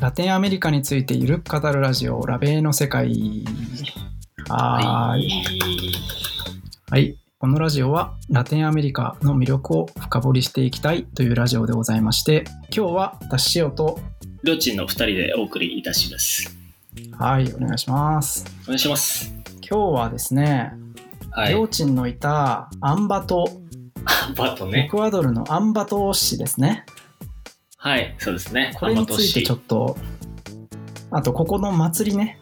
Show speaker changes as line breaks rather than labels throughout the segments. ラテンアメリカについてゆるく語るラジオ、ラベーの世界。はーい。はい。このラジオはラテンアメリカの魅力を深掘りしていきたいというラジオでございまして、今日は私しおと、
りょうちんの2人でお送りいたします。
はい、お願いします。
お願いします。
今日はですね、
はい
りょ。うちんのいたアンバ島、
バート
エ
ね。
クアドルのアンバ島市ですね。
はい、そうですね。
これについてちょっと、あとここの祭りね、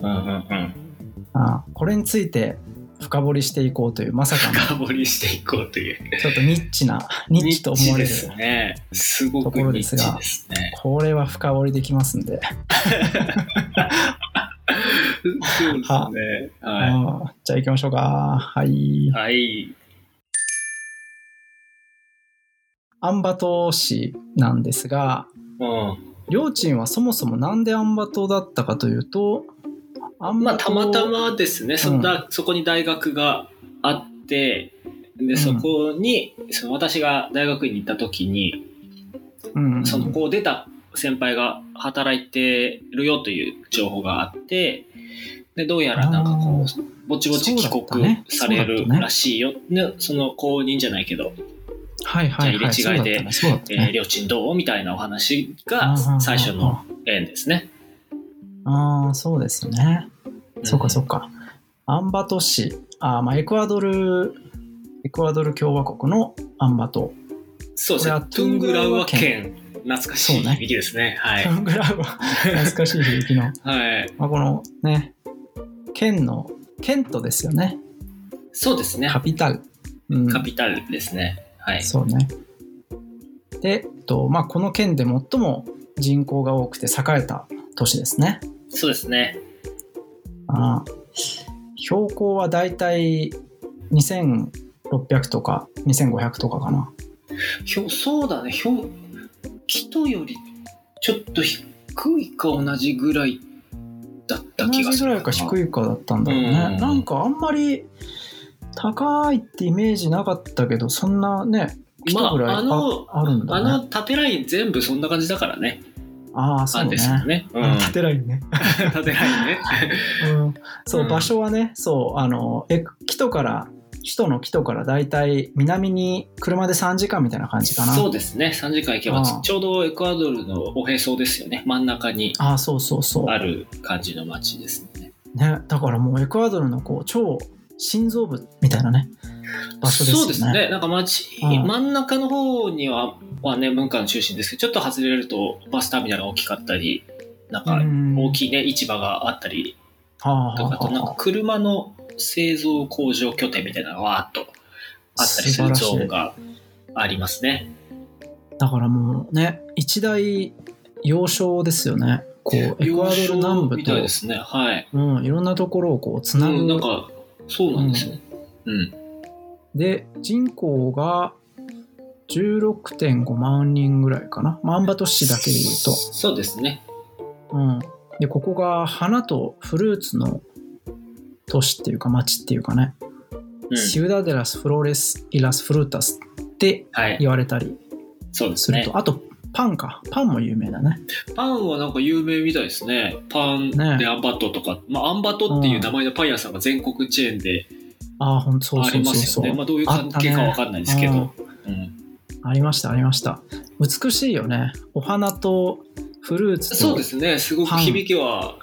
うんうんうん。
あこれについて深掘りしていこうという、まさかの
深掘りしていこうという。
ちょっとニッチな、ニッチと思われ
で
る。
すね。すご
と
く
ころで
ニッ
す
チ
が
ですね。
これは深掘りできますんで、
そうですね。は
あーじゃあ行きましょうか。はい
い。。はい。
アンバ島市なんですが、
うん。
りょうちんはそもそもなんでアンバ島だったかというと、アン
ま
バ
あ、
島
たまたまですね、そのだそこに大学があって、で、そこに、その私が大学院に行った時に、
うん、
そのこう出た先輩が働いてるよという情報があってでどうやらなんかこ
あ
うぼちぼち帰
そうだったね
国され
そ
る
うだったね
らしいよ、ね、その公認じゃないけど
はいはいはい。
じゃあ入れ違いで
そうだった
「え
ね。そうだったね
ーりょうちんどう?」みたいなお話
あ
が
ー
最初の縁ですね。
ああ、そうですね。そうかそううか。アンバ島市、あーまあエクアドル、エクアドル共和国のアンバ島。
んそうです
これ
ね
は
トゥングラウア県懐かしい
そうね
響きですねはい
ト、ングラウは 懐かしい響きの。
はい、
まあ、このね、県の、県都ですよね。
そうですね
カピタル。うん、
カピタルですねはい
そうね。で、えっとまあ、この県で最も人口が多くて栄えた都市ですね。
そうですね
ああ標高はだいたい2600とか2500とかかな。
ひょそうだねひょキトよりちょっと低いか同じぐらいだった
同
気
じ
がす
ぐ
る
らいか低いかだったんだろうね。
うん
なんかあんまり高いってイメージなかったけど、そんなね、来
ま
たぐらいあ,、
ああの
あるん
あ
だ
の
ね。
縦ライン全部そんな感じだからね
ああ、そ
あ
う
れ
ね。
ですよね、うん
あの縦ラインね。
縦ラインね
うんそう、
うん
場所はねそうあのえキトから首都のキトからだいたい南に車で3時間みたいな感じかな
そうですね3時間行けば
うん
ちょうどエクアドルのおへそですよね真ん中に
ああそうそうそう
ある感じの街ですね
ね、だからもうエクアドルのこう超心臓部みたいなね場所ですよね
そうですねなんか街、
うん
真ん中の方には、まあね、文化の中心ですけどちょっと外れるとバスターミナルが大きかったりなんか
うん
大きいね市場があったり
はあ
と
は
かあとなんか車の製造工場拠点みたいなのがわーっとあったりするゾーンがありますね。
だからもうね一大要衝ですよねこうエクアドル南部
み
と
たいですね。はい。
うん、いろんなところをこうつなぐ、
うんなんかそうなんですね。うん。
で人口が16.5万人ぐらいかな、まあ、アンバト市だけで言う
そうですね。
と、うん、でここが花とフルーツの都市っていうか町っていうかね、
うん。
シウダデラス・フローレス・イラス・フルータスって
はい。
言われたり
そうです
する
ね
と、。あとパンかパンも有名だね
パンはなんか有名みたいですね。パン
ね
でアンバトとか、まあアンバトっていう名前のパン屋さんが全国チェーンで
ああほんとそう
あ
そ
り
うそ
ま
う
すよ
そう
ね。まあどういう関係かわかんないですけど。うん
ありましたありました美しいよねお花とフルーツと
そうですね。すごく響きは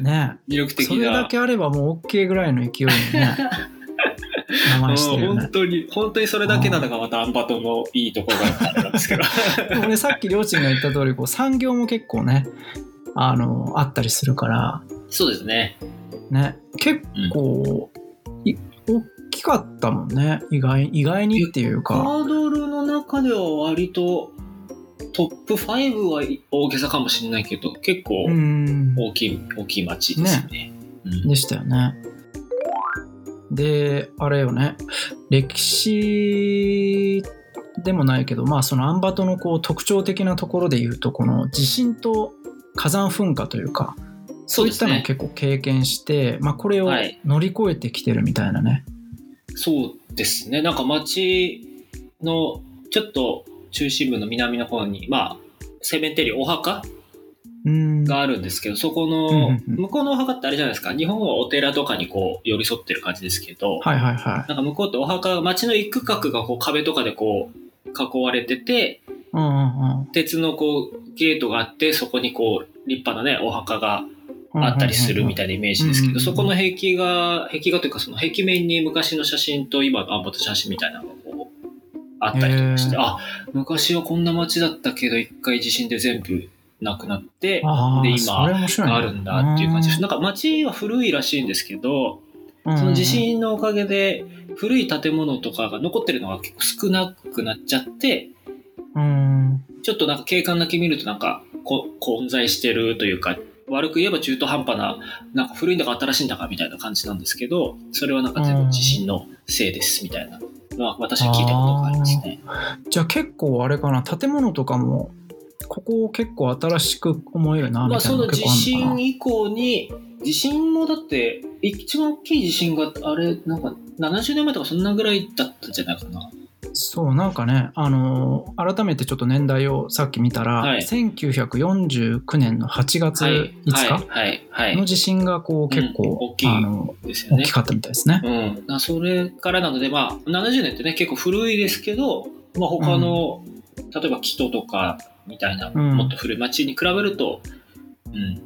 ね
魅力的
それだ
な。
けあればもう OK ぐらいの勢いの ね名前してるよ
うん
ね
本当に本当にそれだけなのがまたアンバトのいいところだったんですけど
でもねさっきりょうちんが言った通りこう産業も結構ねあのあったりするから
そうですね
ね結構、い大きかったもんね意外意外にっていう
ハ
か
ードルの中では割とトップ5は大げさかもしれないけど結構
うん
大きい、大きい街ですねうん
でしたよねであれよね歴史でもないけどまあそのアンバトのこう特徴的なところで言うとこの地震と火山噴火というか
そ
そうう
で
いっ
す
たのを
ね
結構経験して、まあ、これを
はい
乗り越えてきてるみたいなね。
そうですねなんか街のちょっと中心部の南の方に、まあ、セメンテリお墓
うん。
があるんですけど、そこ
うんう
の
ん、うん
向こうのお墓ってあれじゃないですか、日本はお寺とかにこう寄り添ってる感じですけど、
はいはいは
なんか向こうってお墓が街の一区画がこう壁とかでこう囲われてて、
い。うんうんうん。
鉄のこうゲートがあって、そこにこう立派なね、お墓があったりするみ
たい
たいなイメージですけ
うんうんう
ど、
ん
そこの壁画、壁画というかその壁面に昔の写真と今のアンバト写真みたいなのがこうあったりとかして、
へー
あ、昔はこんな街だったけど、一回地震で全部なくなって、
ああ、
で今
それ面白いね
があるんだっていう感じです。なんか街は古いらしいんですけど、
うん
その地震のおかげで古い建物とかが残ってるのが結構少なくなっちゃって、
うん。
ちょっとなんか景観だけ見るとなんかこ混在してるというか、悪く言えば中途半端な、なんか古いんだか新しいんだかみたいな感じなんですけど、それはなんか全部地震のせいですみたいなのは私は聞いたことがありますね。
じゃあ結構あれかな、建物とかも、ここ結構新しく思えるな、
ま
み
あ
たい
そ
なの
の
結
地
構あるのか
震
な。
以降に、地震もだって、一番大きい地震があれ、なんか70年前とかそんなぐらいだったんじゃないかな。
そう、なんかね、あのー改めてちょっと年代をさっき見たら、
はい
1949年の8月
はい
5、日、
はい、はい、はい
の地震がこう結構、
うん大きい
あの
ですよ
大
ね
き。かったみたいですね。
うん、だからそれからなので、まあ、70年ってね結構古いですけど、まあ、他の、例えば木戸とかみたいな、
うん
もっと古い町に比べると、うん、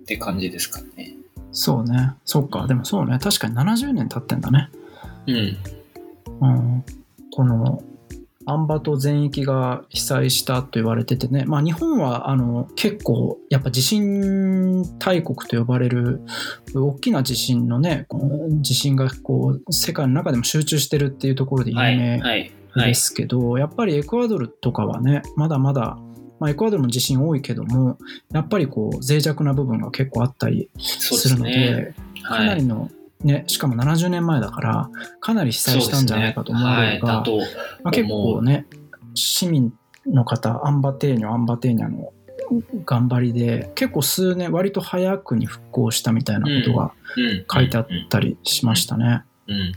って感じですかね。
そうね。そっか。でもそうね。確かに70年経ってんだね。
うん、
うん。この、アンバト全域が被災したと言われててね。まあ日本は、あの、結構、やっぱ地震大国と呼ばれる、大きな地震のね、この地震がこう、世界の中でも集中してるっていうところで有
はい、
名
はい、は
で
い。
すけど、やっぱりエクアドルとかはねまだまだ、まあ、エクアドルも地震多いけどもやっぱりこう脆弱な部分が結構あったり
そうですす
るので
ね。
かな
は
り
い。
の、ね、しかも70年前だからかなり被災したんじゃないかと思うのが、
そうですね
まあ、結構ね市民の方アンバテーニョアンバテーニャの頑張りで結構数年割と早くに復興したみたいなことが
はい、だと、うん、
書いてあっ
うん
たりしましたね。
うん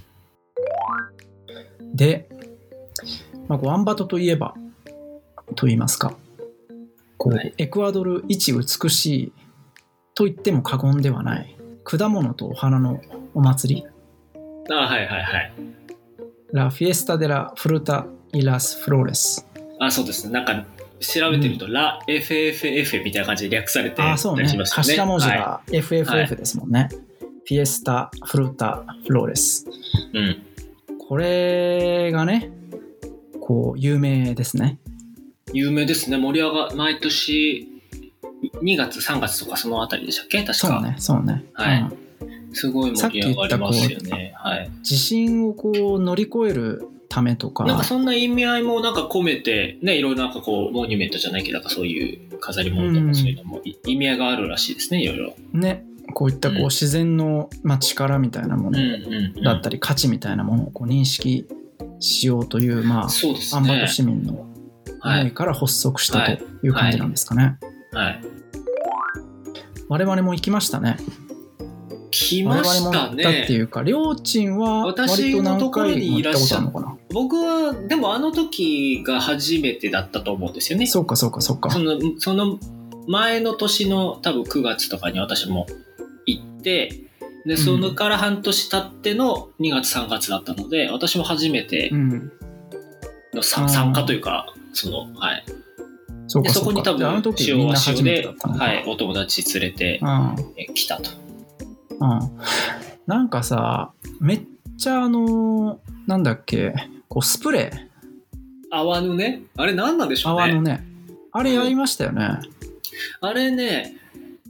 で、まあ、こうアンバトといえばと言いますかこう、
はい
エクアドル一美しいと言っても過言ではない果物とお花のお祭り
あはいはいはい。
ラ・フィエスタ・デラ・フルタ・イラス・フローレス
あ、そうですね。なんか、調べてみると、ラ、FFF みたいな感じで略されて
あ
た
あ
り
そうね
しますよね。
頭文字
は
が FFF ですもんね、フィエスタ・フルタ・フローレス
い。うん。
これがねこう有名ですね
有名ですね盛り上が毎年2月3月とかそのあたりでしたっけ確
そう
か、
ねそうね、
はい
うん
すごい盛り上がりますよ
さっき言
ねはい
地震をこう乗り越えるためとか
なんかそんな意味合いもなんか込めてねいろいろなんかこうモニュメントじゃないけどなんかそういう飾り物と
うん
かそういうのもい意味合いがあるらしいですねいろいろ
ねこういったこう
うん
自然の、まあ、力みたいなも
うん
の
うん、うん、
だったり価値みたいなものをこう認識しようという、まあ、
そうです
アンバ
ね
ト市民の
は
思い
い
から発足したという感じなんですかね。
はい
我々も行きましたね。
来ま
我
し
々
た
も行ったってい
ね
うか、りょうちんは割
私
と
の
何
ところ
回も
にい
行っ
らった
こ
し
と
ゃ
あ
る
るのかな。
僕はでもあの時が初めてだったと思うんですよね
そうかそうかそうか
そ。のその前の年の多分9月とかに私も行ってでそのから半年経っての2月3月だったので私も初めて
うん、
の
あー
参参加というかその、はい、
そう
で
か
そ
そ
こ
う
に
か。
多
じゃああの
分
時みん
塩
な
は
初め
塩
て
で
だったのか。
はい、お友達連れて
うん
え来たと。
うん、なんかさめっちゃあのなんだっけこうスプレー
泡のねあれ何なんでしょう
泡の
ね
ねあれやりましたよね、
あれね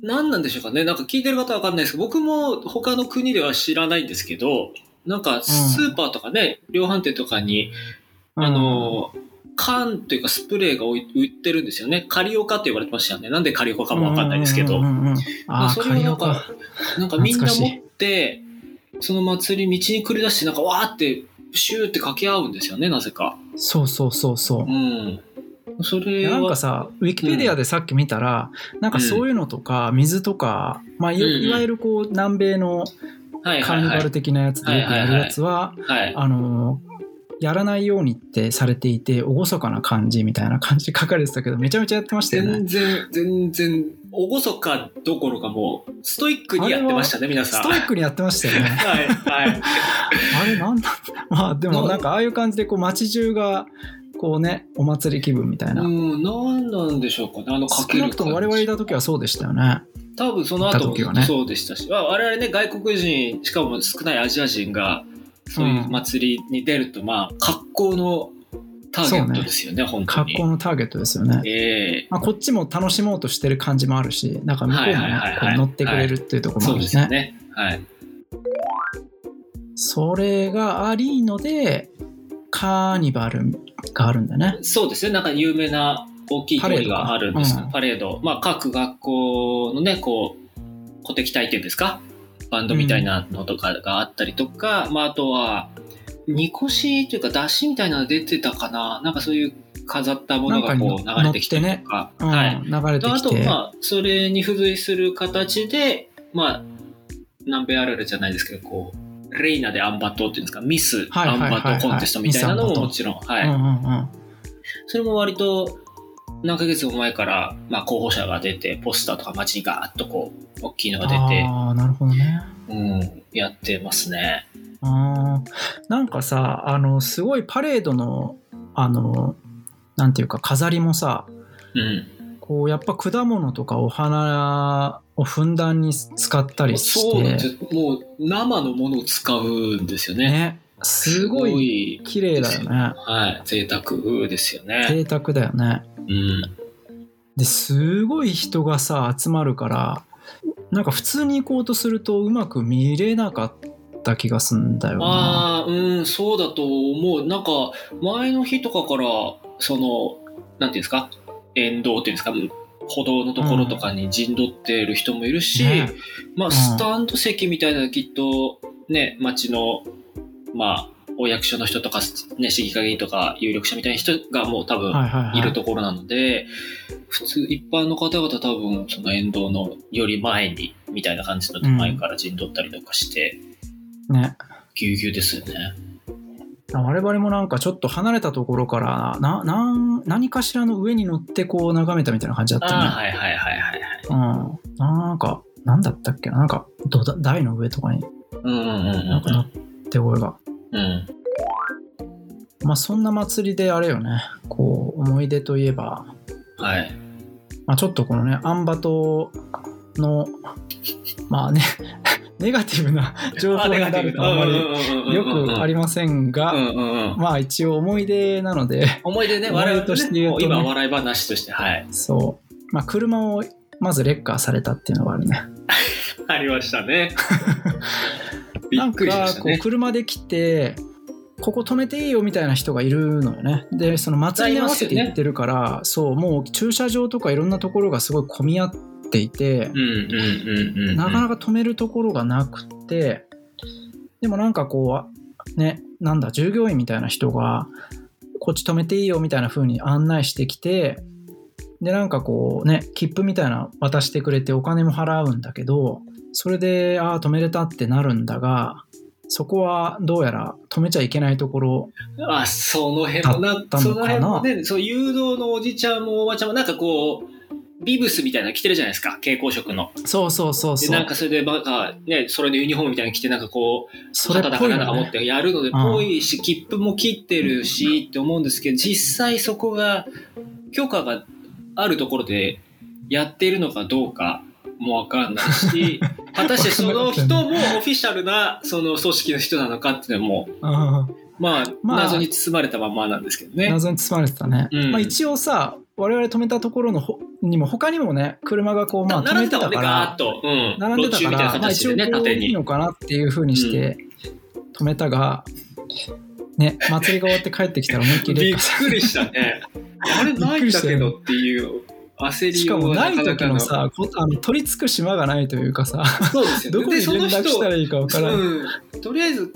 何なんでしょうかねなんか聞いてる方は分かんないですけど僕も他の国では知らないんですけどなんかスーパーとかね、量販店とかに
うん
あの、缶というかスプレーが置い売ってるんですよね。カリオカって呼ばれてましたよね。なんでカリオカかもわかんないですけ
う
ど
んう。んうんうんああ
それを
借り
な
ようんか
か、なんかみん
懐
な
かしい
持って、その祭り道に繰り出して、なんかわーって、シューって掛け合うんですよね、なぜか。。
そうそうそうそううん
そ
い
れ
や
は。
なんかさウィキペディアでさっき見たら、なんかそういうのとか水とか、まあ、い
うんうん
いわゆるこう南米の
はい
カ
は
ー
い
ニ
は
バ
い
ル。的なやつでよくやるやつは
はい。
あのやらないようにってされていて厳かな感じみたいな感じ書かれてたけどめちゃめちゃやってましたよね
全然、全然、おごそかどころかもう、ストイックにやってましたね、皆さ
スト
ん。
イックにやってましたよ ね
はい、はい。
あれなんだまあでもなんかああいう感じでこう街中がこうねお祭り気分みたいな、
うん、なんなんでしょうかね、あのかけ
少な
る
くとも我々いた時はそうでしたよね
多分その後
行った時は
も
ね
そうでしたし、まあ我々ね、外国人、しかも少ないアジア人が、そういう祭りに出ると、まあ、格好のターゲットですよね、本当
格
に。
好のターゲットですよね
ええ
まあ、こっちも楽しもうとしてる感じもあるしなんか向こうも
はい
ね
はいはい
こ
はいう
乗ってくれるっていうところも
そ
あ
う
る
で
し
す
ね,、
よね。はい。
それがありのでカーニバルがあるんだね
そうですね、なんか有名な大きい通りがあるんですけど、パレード,、まあ各学校のね、こう、古敵体験ですかバンドみたいなのとかがあったりとか、まああとは、みこしというか、出汁みたいなの出てたかななんかそういう飾ったものがこう
なんかに乗
流れてきてとか。
うん
はい。
流れて
あ
き
と、
て、
まあ、それに付随する形で、まあ、南米あるあるじゃないですけど、こう、レイナでアンバトっていうんですか、ミス
はい
ア
は
ン
いはいはい
バトコンテストみたいなの
ミスアンバト
ももちろん、はい。
うんうんうん、
それも割と何ヶ月も前から、まあ、候補者が出てポスターとか街にガーッとこう大きいのが出て、
ああなるほどね
うん、やってますね。
あーなんかさあのすごいパレードのあのなんていうか飾りもさ
うん、
こうやっぱ果物とかお花をふんだんに使ったりして
そうなんですよもう生のものを使うんですよね。
ねすご
すご
い
い
綺麗だよね
はい、贅沢ですよ ね。
贅沢だよね
うん、
ですごい人がさ集まるからなんか普通に行こうとするとうまく見れなかった気がすんだよな
ああ、うん、そうだと思う。なんか前の日とかからそのなんていうんですか、沿道っていうんですか、歩道のところとかに陣取ってる人もいるし。
ね
ま
うん
あ、スタンド席みたいなのきっと、ね、町の、まあ、お役所の人とか、ね、市議会議員とか、有力者みたいな人がもう多分、
はいはいはい
いるところなので、普通、一般の方々多分、その沿道のより前に、みたいな感じの手前から陣取ったりとかして、
ね
ぎゅうぎゅうですよね。
我々もなんかちょっと離れたところからななん何かしらの上に乗ってこう眺めたみたいな感じだった
ああ、
よね。
はいはいはいはいはい。
うん、なんかなんだったっけななんか土台台の上とかに
うんうんうん
なんか乗って覚えが。
うん。うん。
まあそんな祭りであれよねこう思い出といえば、
はい。
まあ、ちょっとこのねあんバトのまあね ネガティブ な情報になるとあまりよくありません
まうん
が
うんうん。
まあ一応思い出なので
思い出ね、
思い
笑
出
いと
と
し
して
て、
言う
も
と
う
ね
今笑い話として、はい。
そう、まあ、車をまずレッカーされたっていうのがあるね。
ありました ね。びっくりしま
な
した
んかこう
ね。
車で来てここ止めていいよみたいな人がいるのよねでその祭りに合わせて行ってるから、そうもう駐車場とかいろんなところがすごい混み合っていて
うん、うんうんうんうん。
なかなか止めるところがなくてでもなんかこうねなんだ従業員みたいな人がこっち止めていいよみたいな風に案内してきてでなんかこうね切符みたいなの渡してくれてお金も払うんだけどそれでああ止めれたってなるんだがそこはどうやら止めちゃいけないところ
あ、その辺も
た、
な
のかな
その辺もね、そう、誘導のおじちゃんもおばちゃんも、なんかこう、ビブスみたいなの着てるじゃないですか、蛍光色の。
そうそうそう
で、
そ
なん
う
かそれで、なんかね、それのユニフォームみたいなの着て、なんかこう、
それっ
肩だ
ぽ
か
い
なんだ
よ
か持っ
ね
てやるので、
うん
ぽいし、切符も切ってるし、って思うんですけど、実際そこが、許可があるところでやっているのかどうかもわかんないし、果たしてその人もオフィシャルなその組織の人なのかっていうのも、
うん
まあ、
まあ
謎に包まれたままなんですけどね。
謎に包まれてたね、
うん
まあ、一応さ我々止めたところのほにも他にもね車がこうまあ止
並
め
ん
て
でたも
た
んね、
か
ガーッ
ら
と。うん。
並んでた
路中
か
みた
ら、
いな
まあ、
形
一応
でね、
こう
縦
いい
に。
のかなっていうふうにして止めたが、ね祭りが終わって帰ってきたら思いっきり
び
劣
っ
化さ
くりしたね。あれ、ないんだけどっていう
し
焦り
か
を
もな
ないかな
時
かの。
のさこあの取り付く島がないというかさ
そうですよね
どこに
でその
連絡
人
したらいいか分からん
うん、とりあえず、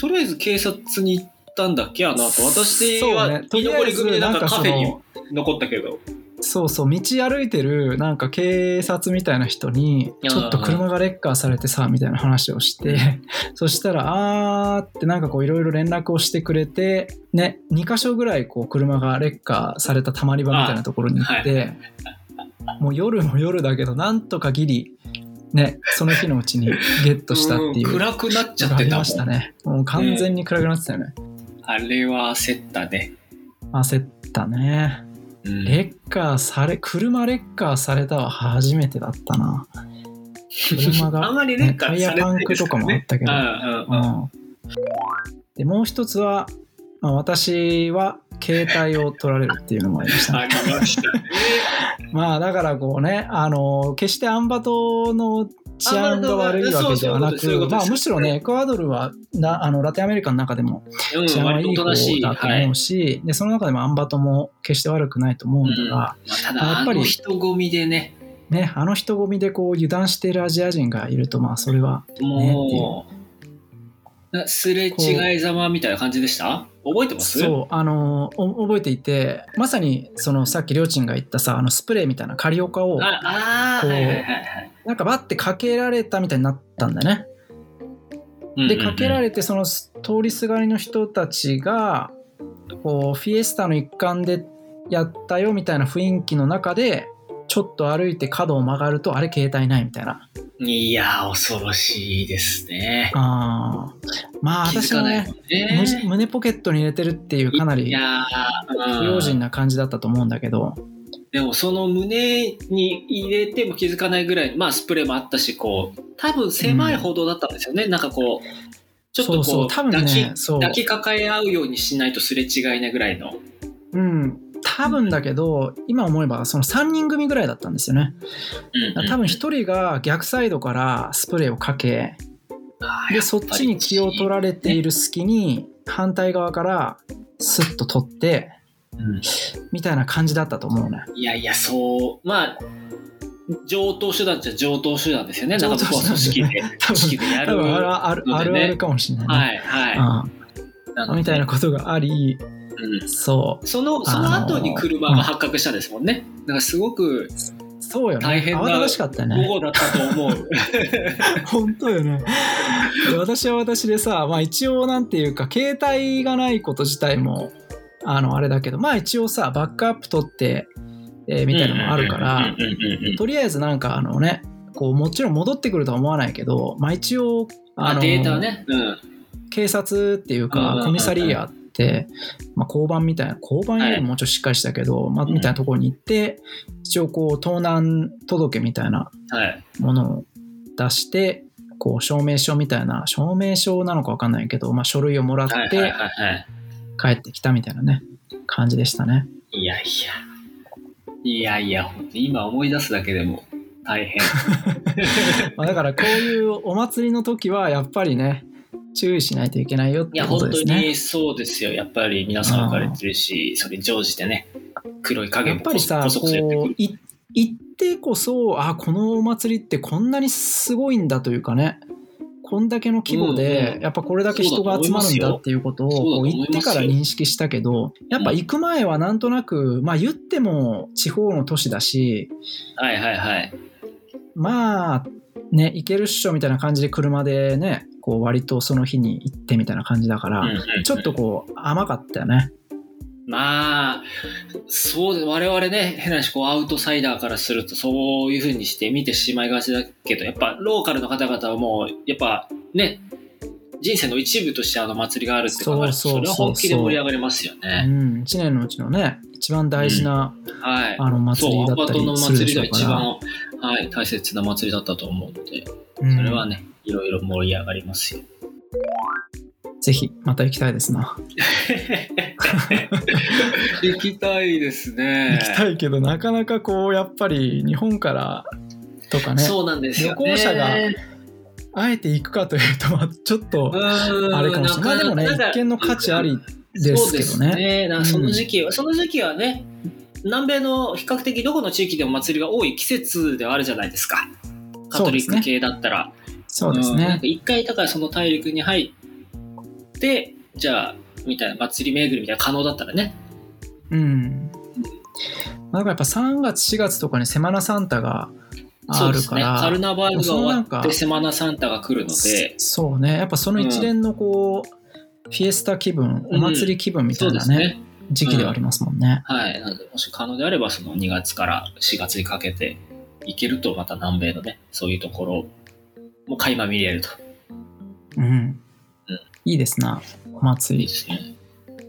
とりあえず警察に行ったんだっけあの後。私
そう
は、
ね
居残り組でなんかカ
と
フ
り
ェ
あえず
に残ったけど。
そうそう道歩いてるなんか警察みたいな人に
い
ち
や
ょっと車がレッカーされてさみたいな話をして そしたらあーってなんかこういろいろ連絡をしてくれてね2箇所ぐらいこう車がレッカーされたたまり場みたいなところに行ってもう夜も夜だけどなんとかギリねその日のうちにゲットしたっていう
うん暗くなっちゃっ
あ
て
り
たも
ました
ん。
ねもう完全に暗くなってたよね
あれは焦ったね。
焦ったね
うん
レッカーされ車レッカーされたは初めてだったな車が
あん まりレッカ
タ
ー
イ
さ
ヤ
れ
パン
ない
ク
で
と
すか
からもあ
ね
っ。たけ
う
ど、
ん
う
うんうん。
ん、でもう一つは、まあ、私は携帯を取られるっていうのもありました ね
ありましたね。
まあだからこうねあの決してアンバトの治安が悪いわけではな
あそうそうそういうこ
く
とです
まあむしろねエクアドルはなあのラテンアメリカの中でも治
うん、
安は
割
い
とお
い方
となしい。
だと
はい
思う。し、でその中でもアンバトも決して悪くないと思うんだ
うん
が、
まあただ、
や
あ
っぱり
の人混みでね、
ね、あの人混みでこう油断しているアジア人がいるとまあそれは
もう、なすれ違いざまみたいな感じでした覚えてます
そうあのお覚えていてまさにそのさっきりょうちんが言ったさあのスプレーみたいなカリオカを
ああー、
こう
はいはいはいはい。
なんかバッてかけられたみたいになったんだよね。
うんうんう
で
ん
かけられてそのす通りすがりの人たちがこうフィエスタの一環でやったよみたいな雰囲気の中でちょっと歩いて角を曲がるとあれ携帯ないみたいない
やー、恐ろしいですね。
あーまあ
気づ
私
か
は
ない
ね
もんね。
胸胸ポケットに入れてるっていうかなり
いやー
不用心な感じだったと思うんだけど、
でもその胸に入れても気づかないぐらい、まあスプレーもあったし、こう、多分狭い歩道だったんですよね。なんかこう、ちょっとこう、
そうそう多分ね
抱き、
そう
抱きかかえ合うようにしないとすれ違いないぐらいの。
うん、多分だけど今思えばその3人組ぐらいだったんですよね
うんうん
多分1人が逆サイドからスプレーをかけ
あー
でそっちに気を取られている隙に反対側からスッと取って
うん
みたいな感じだったと思うね
いやいや、そう、まあ、上等手段っちゃ上等手段ですよね。なんか僕は組織で、
多
組織
分
でや
多
る。
分あ
は
るあるあるあるかもしれないい、ね
はいうの
ん
で。
みたいなことがあり
うん
そう
その、その後に車が発覚したですもんね。なんかすごく
そうよね
大変な
慌ただしかったよね
午後だったと思う。
本当よねで私は私でさまあ一応なんていうか携帯がないこと自体もあのあれだけどまあ一応さバックアップ取って、えーみたいなのもあるから
うんうんうんうんうん
とりあえずなんかあのねこうもちろん戻ってくるとは思わないけどまあ一応あ
あ
の
データね。うん。
警察っていう
うんうんうん
か
うん
コミサリアって、まあ、交番みたいな交番よりももうちょっとしっかりしたけど、まあ、みたいなところに行って一応こう盗難届みたいな
はい。
ものを出してこう証明書みたいな証明書なのか分かんないけど、まあ、書類をもらっ
はいはい
て
はいは
帰ってきたみたいなね感じでしたね
い。いやいや。いやいや、本当に今思い出すだけでも 大変。
まあだからこういうお祭りの時はやっぱりね注意しないといけないよっ
い
てい
や、
うこ
本
とで
当
すね
にそうですよ。やっぱり皆さん浮かれてるし、それに乗じてね、黒い影
やっ
も
ぱ
こ
り
そ
さ
こそこそやってく
こう
る。
い行ってこそあこのお祭りってこんなにすごいんだというかねこんだけの規模
うん
で
うん
やっぱこれだけ人が集まるんだっていうことを
そうだと
こう
思い
行
ま
っ
すよ
てから認識したけどやっぱ行く前はなんとなくまあ言っても地方の都市だし
はいはいはい。
まあね行けるっしょみたいな感じで車でねこう割とその日に行ってみたいな感じだか
うん
ら
うんうん
ちょっとこう甘かったよね。
まあ、そうで、我々ね、変な話、こう、アウトサイダーからすると、そういうふうにして見てしまいがちだけど、やっぱ、ローカルの方々はもう、やっぱ、ね、人生の一部としてあの祭りがあるって考えると、
そうそうそうそう
それは本気で盛り上がりますよ
う
ね。
ん、1年のうちのね一番大事な
はい。
あの祭
そう、
り
ア
だ
パ
った
ートの
りする
祭
で
り
しょう
が
か
一
ら。
番、はい、大切な祭りだったと思うので、
うん
それはね、いろいろ盛り上がりますよ。
ぜひまた行きたいですな。
行きたいですね
行きたいけどなかなかこうやっぱり日本からとかね
そうなんですよね。
旅行者があえて行くかというとまあちょっと
うん
あれかもしれないま
なかなか
あでもね
なんか
一見の価値ありですけどね
そうですね。なんかその
うん
時期は、その時期はね、南米の比較的どこの地域でも祭りが多い季節ではあるじゃないですか。カ
そ
トリッ
うですね
ク系だったら。
そうです
んなん
ね
か一回だからその大陸に入って、じゃあ、みたいな祭り巡りみたいな可能だったらね。
うんまあだからやっぱ3月4月とかにセマナサンタが
そ
あ
うで
る
す
か
ね。
ら
カルナバールが
そうな
終
ん
わ
か
って、セマナサンタが来るので、
そうねやっぱその一連のこう、フィエスタ気分お祭り気分みた
そ
いう
で
な
す
ね,、
ね。
時期ではありますもんね、
はい。なので、もし可能であれば、その2月から4月にかけて行けると、また南米のね、そういうところも垣間見れると。
うんいいですなお祭
いい
り
ですね。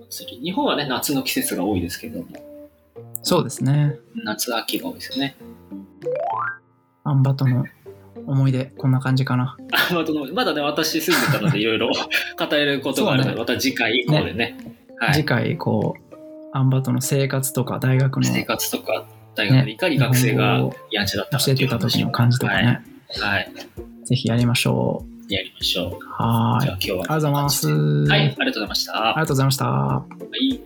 祭り日本はね、夏の季節が多いですけども、
そうですね
夏、秋が多いですよね。
アンバとの思い出こんな感じかな
あまあどのまだね、私住んでたので、いろい ろ語れることがあるので、
そう
また次回以降でね、はい
次、回こうアンバとの生活とか大学の
生
教
活とか、大学でいかに学生
ね日
が
本語を
やんちゃだったか
え
ってい
てた
う
時
話
の感じとかね、
はい。はい。
ぜひやりましょ
やりましょう
う。はー
じ
い
ゃあ
あ
今日は
りがとうございます
はい、ありがとうございました。
ありがとうございました
はい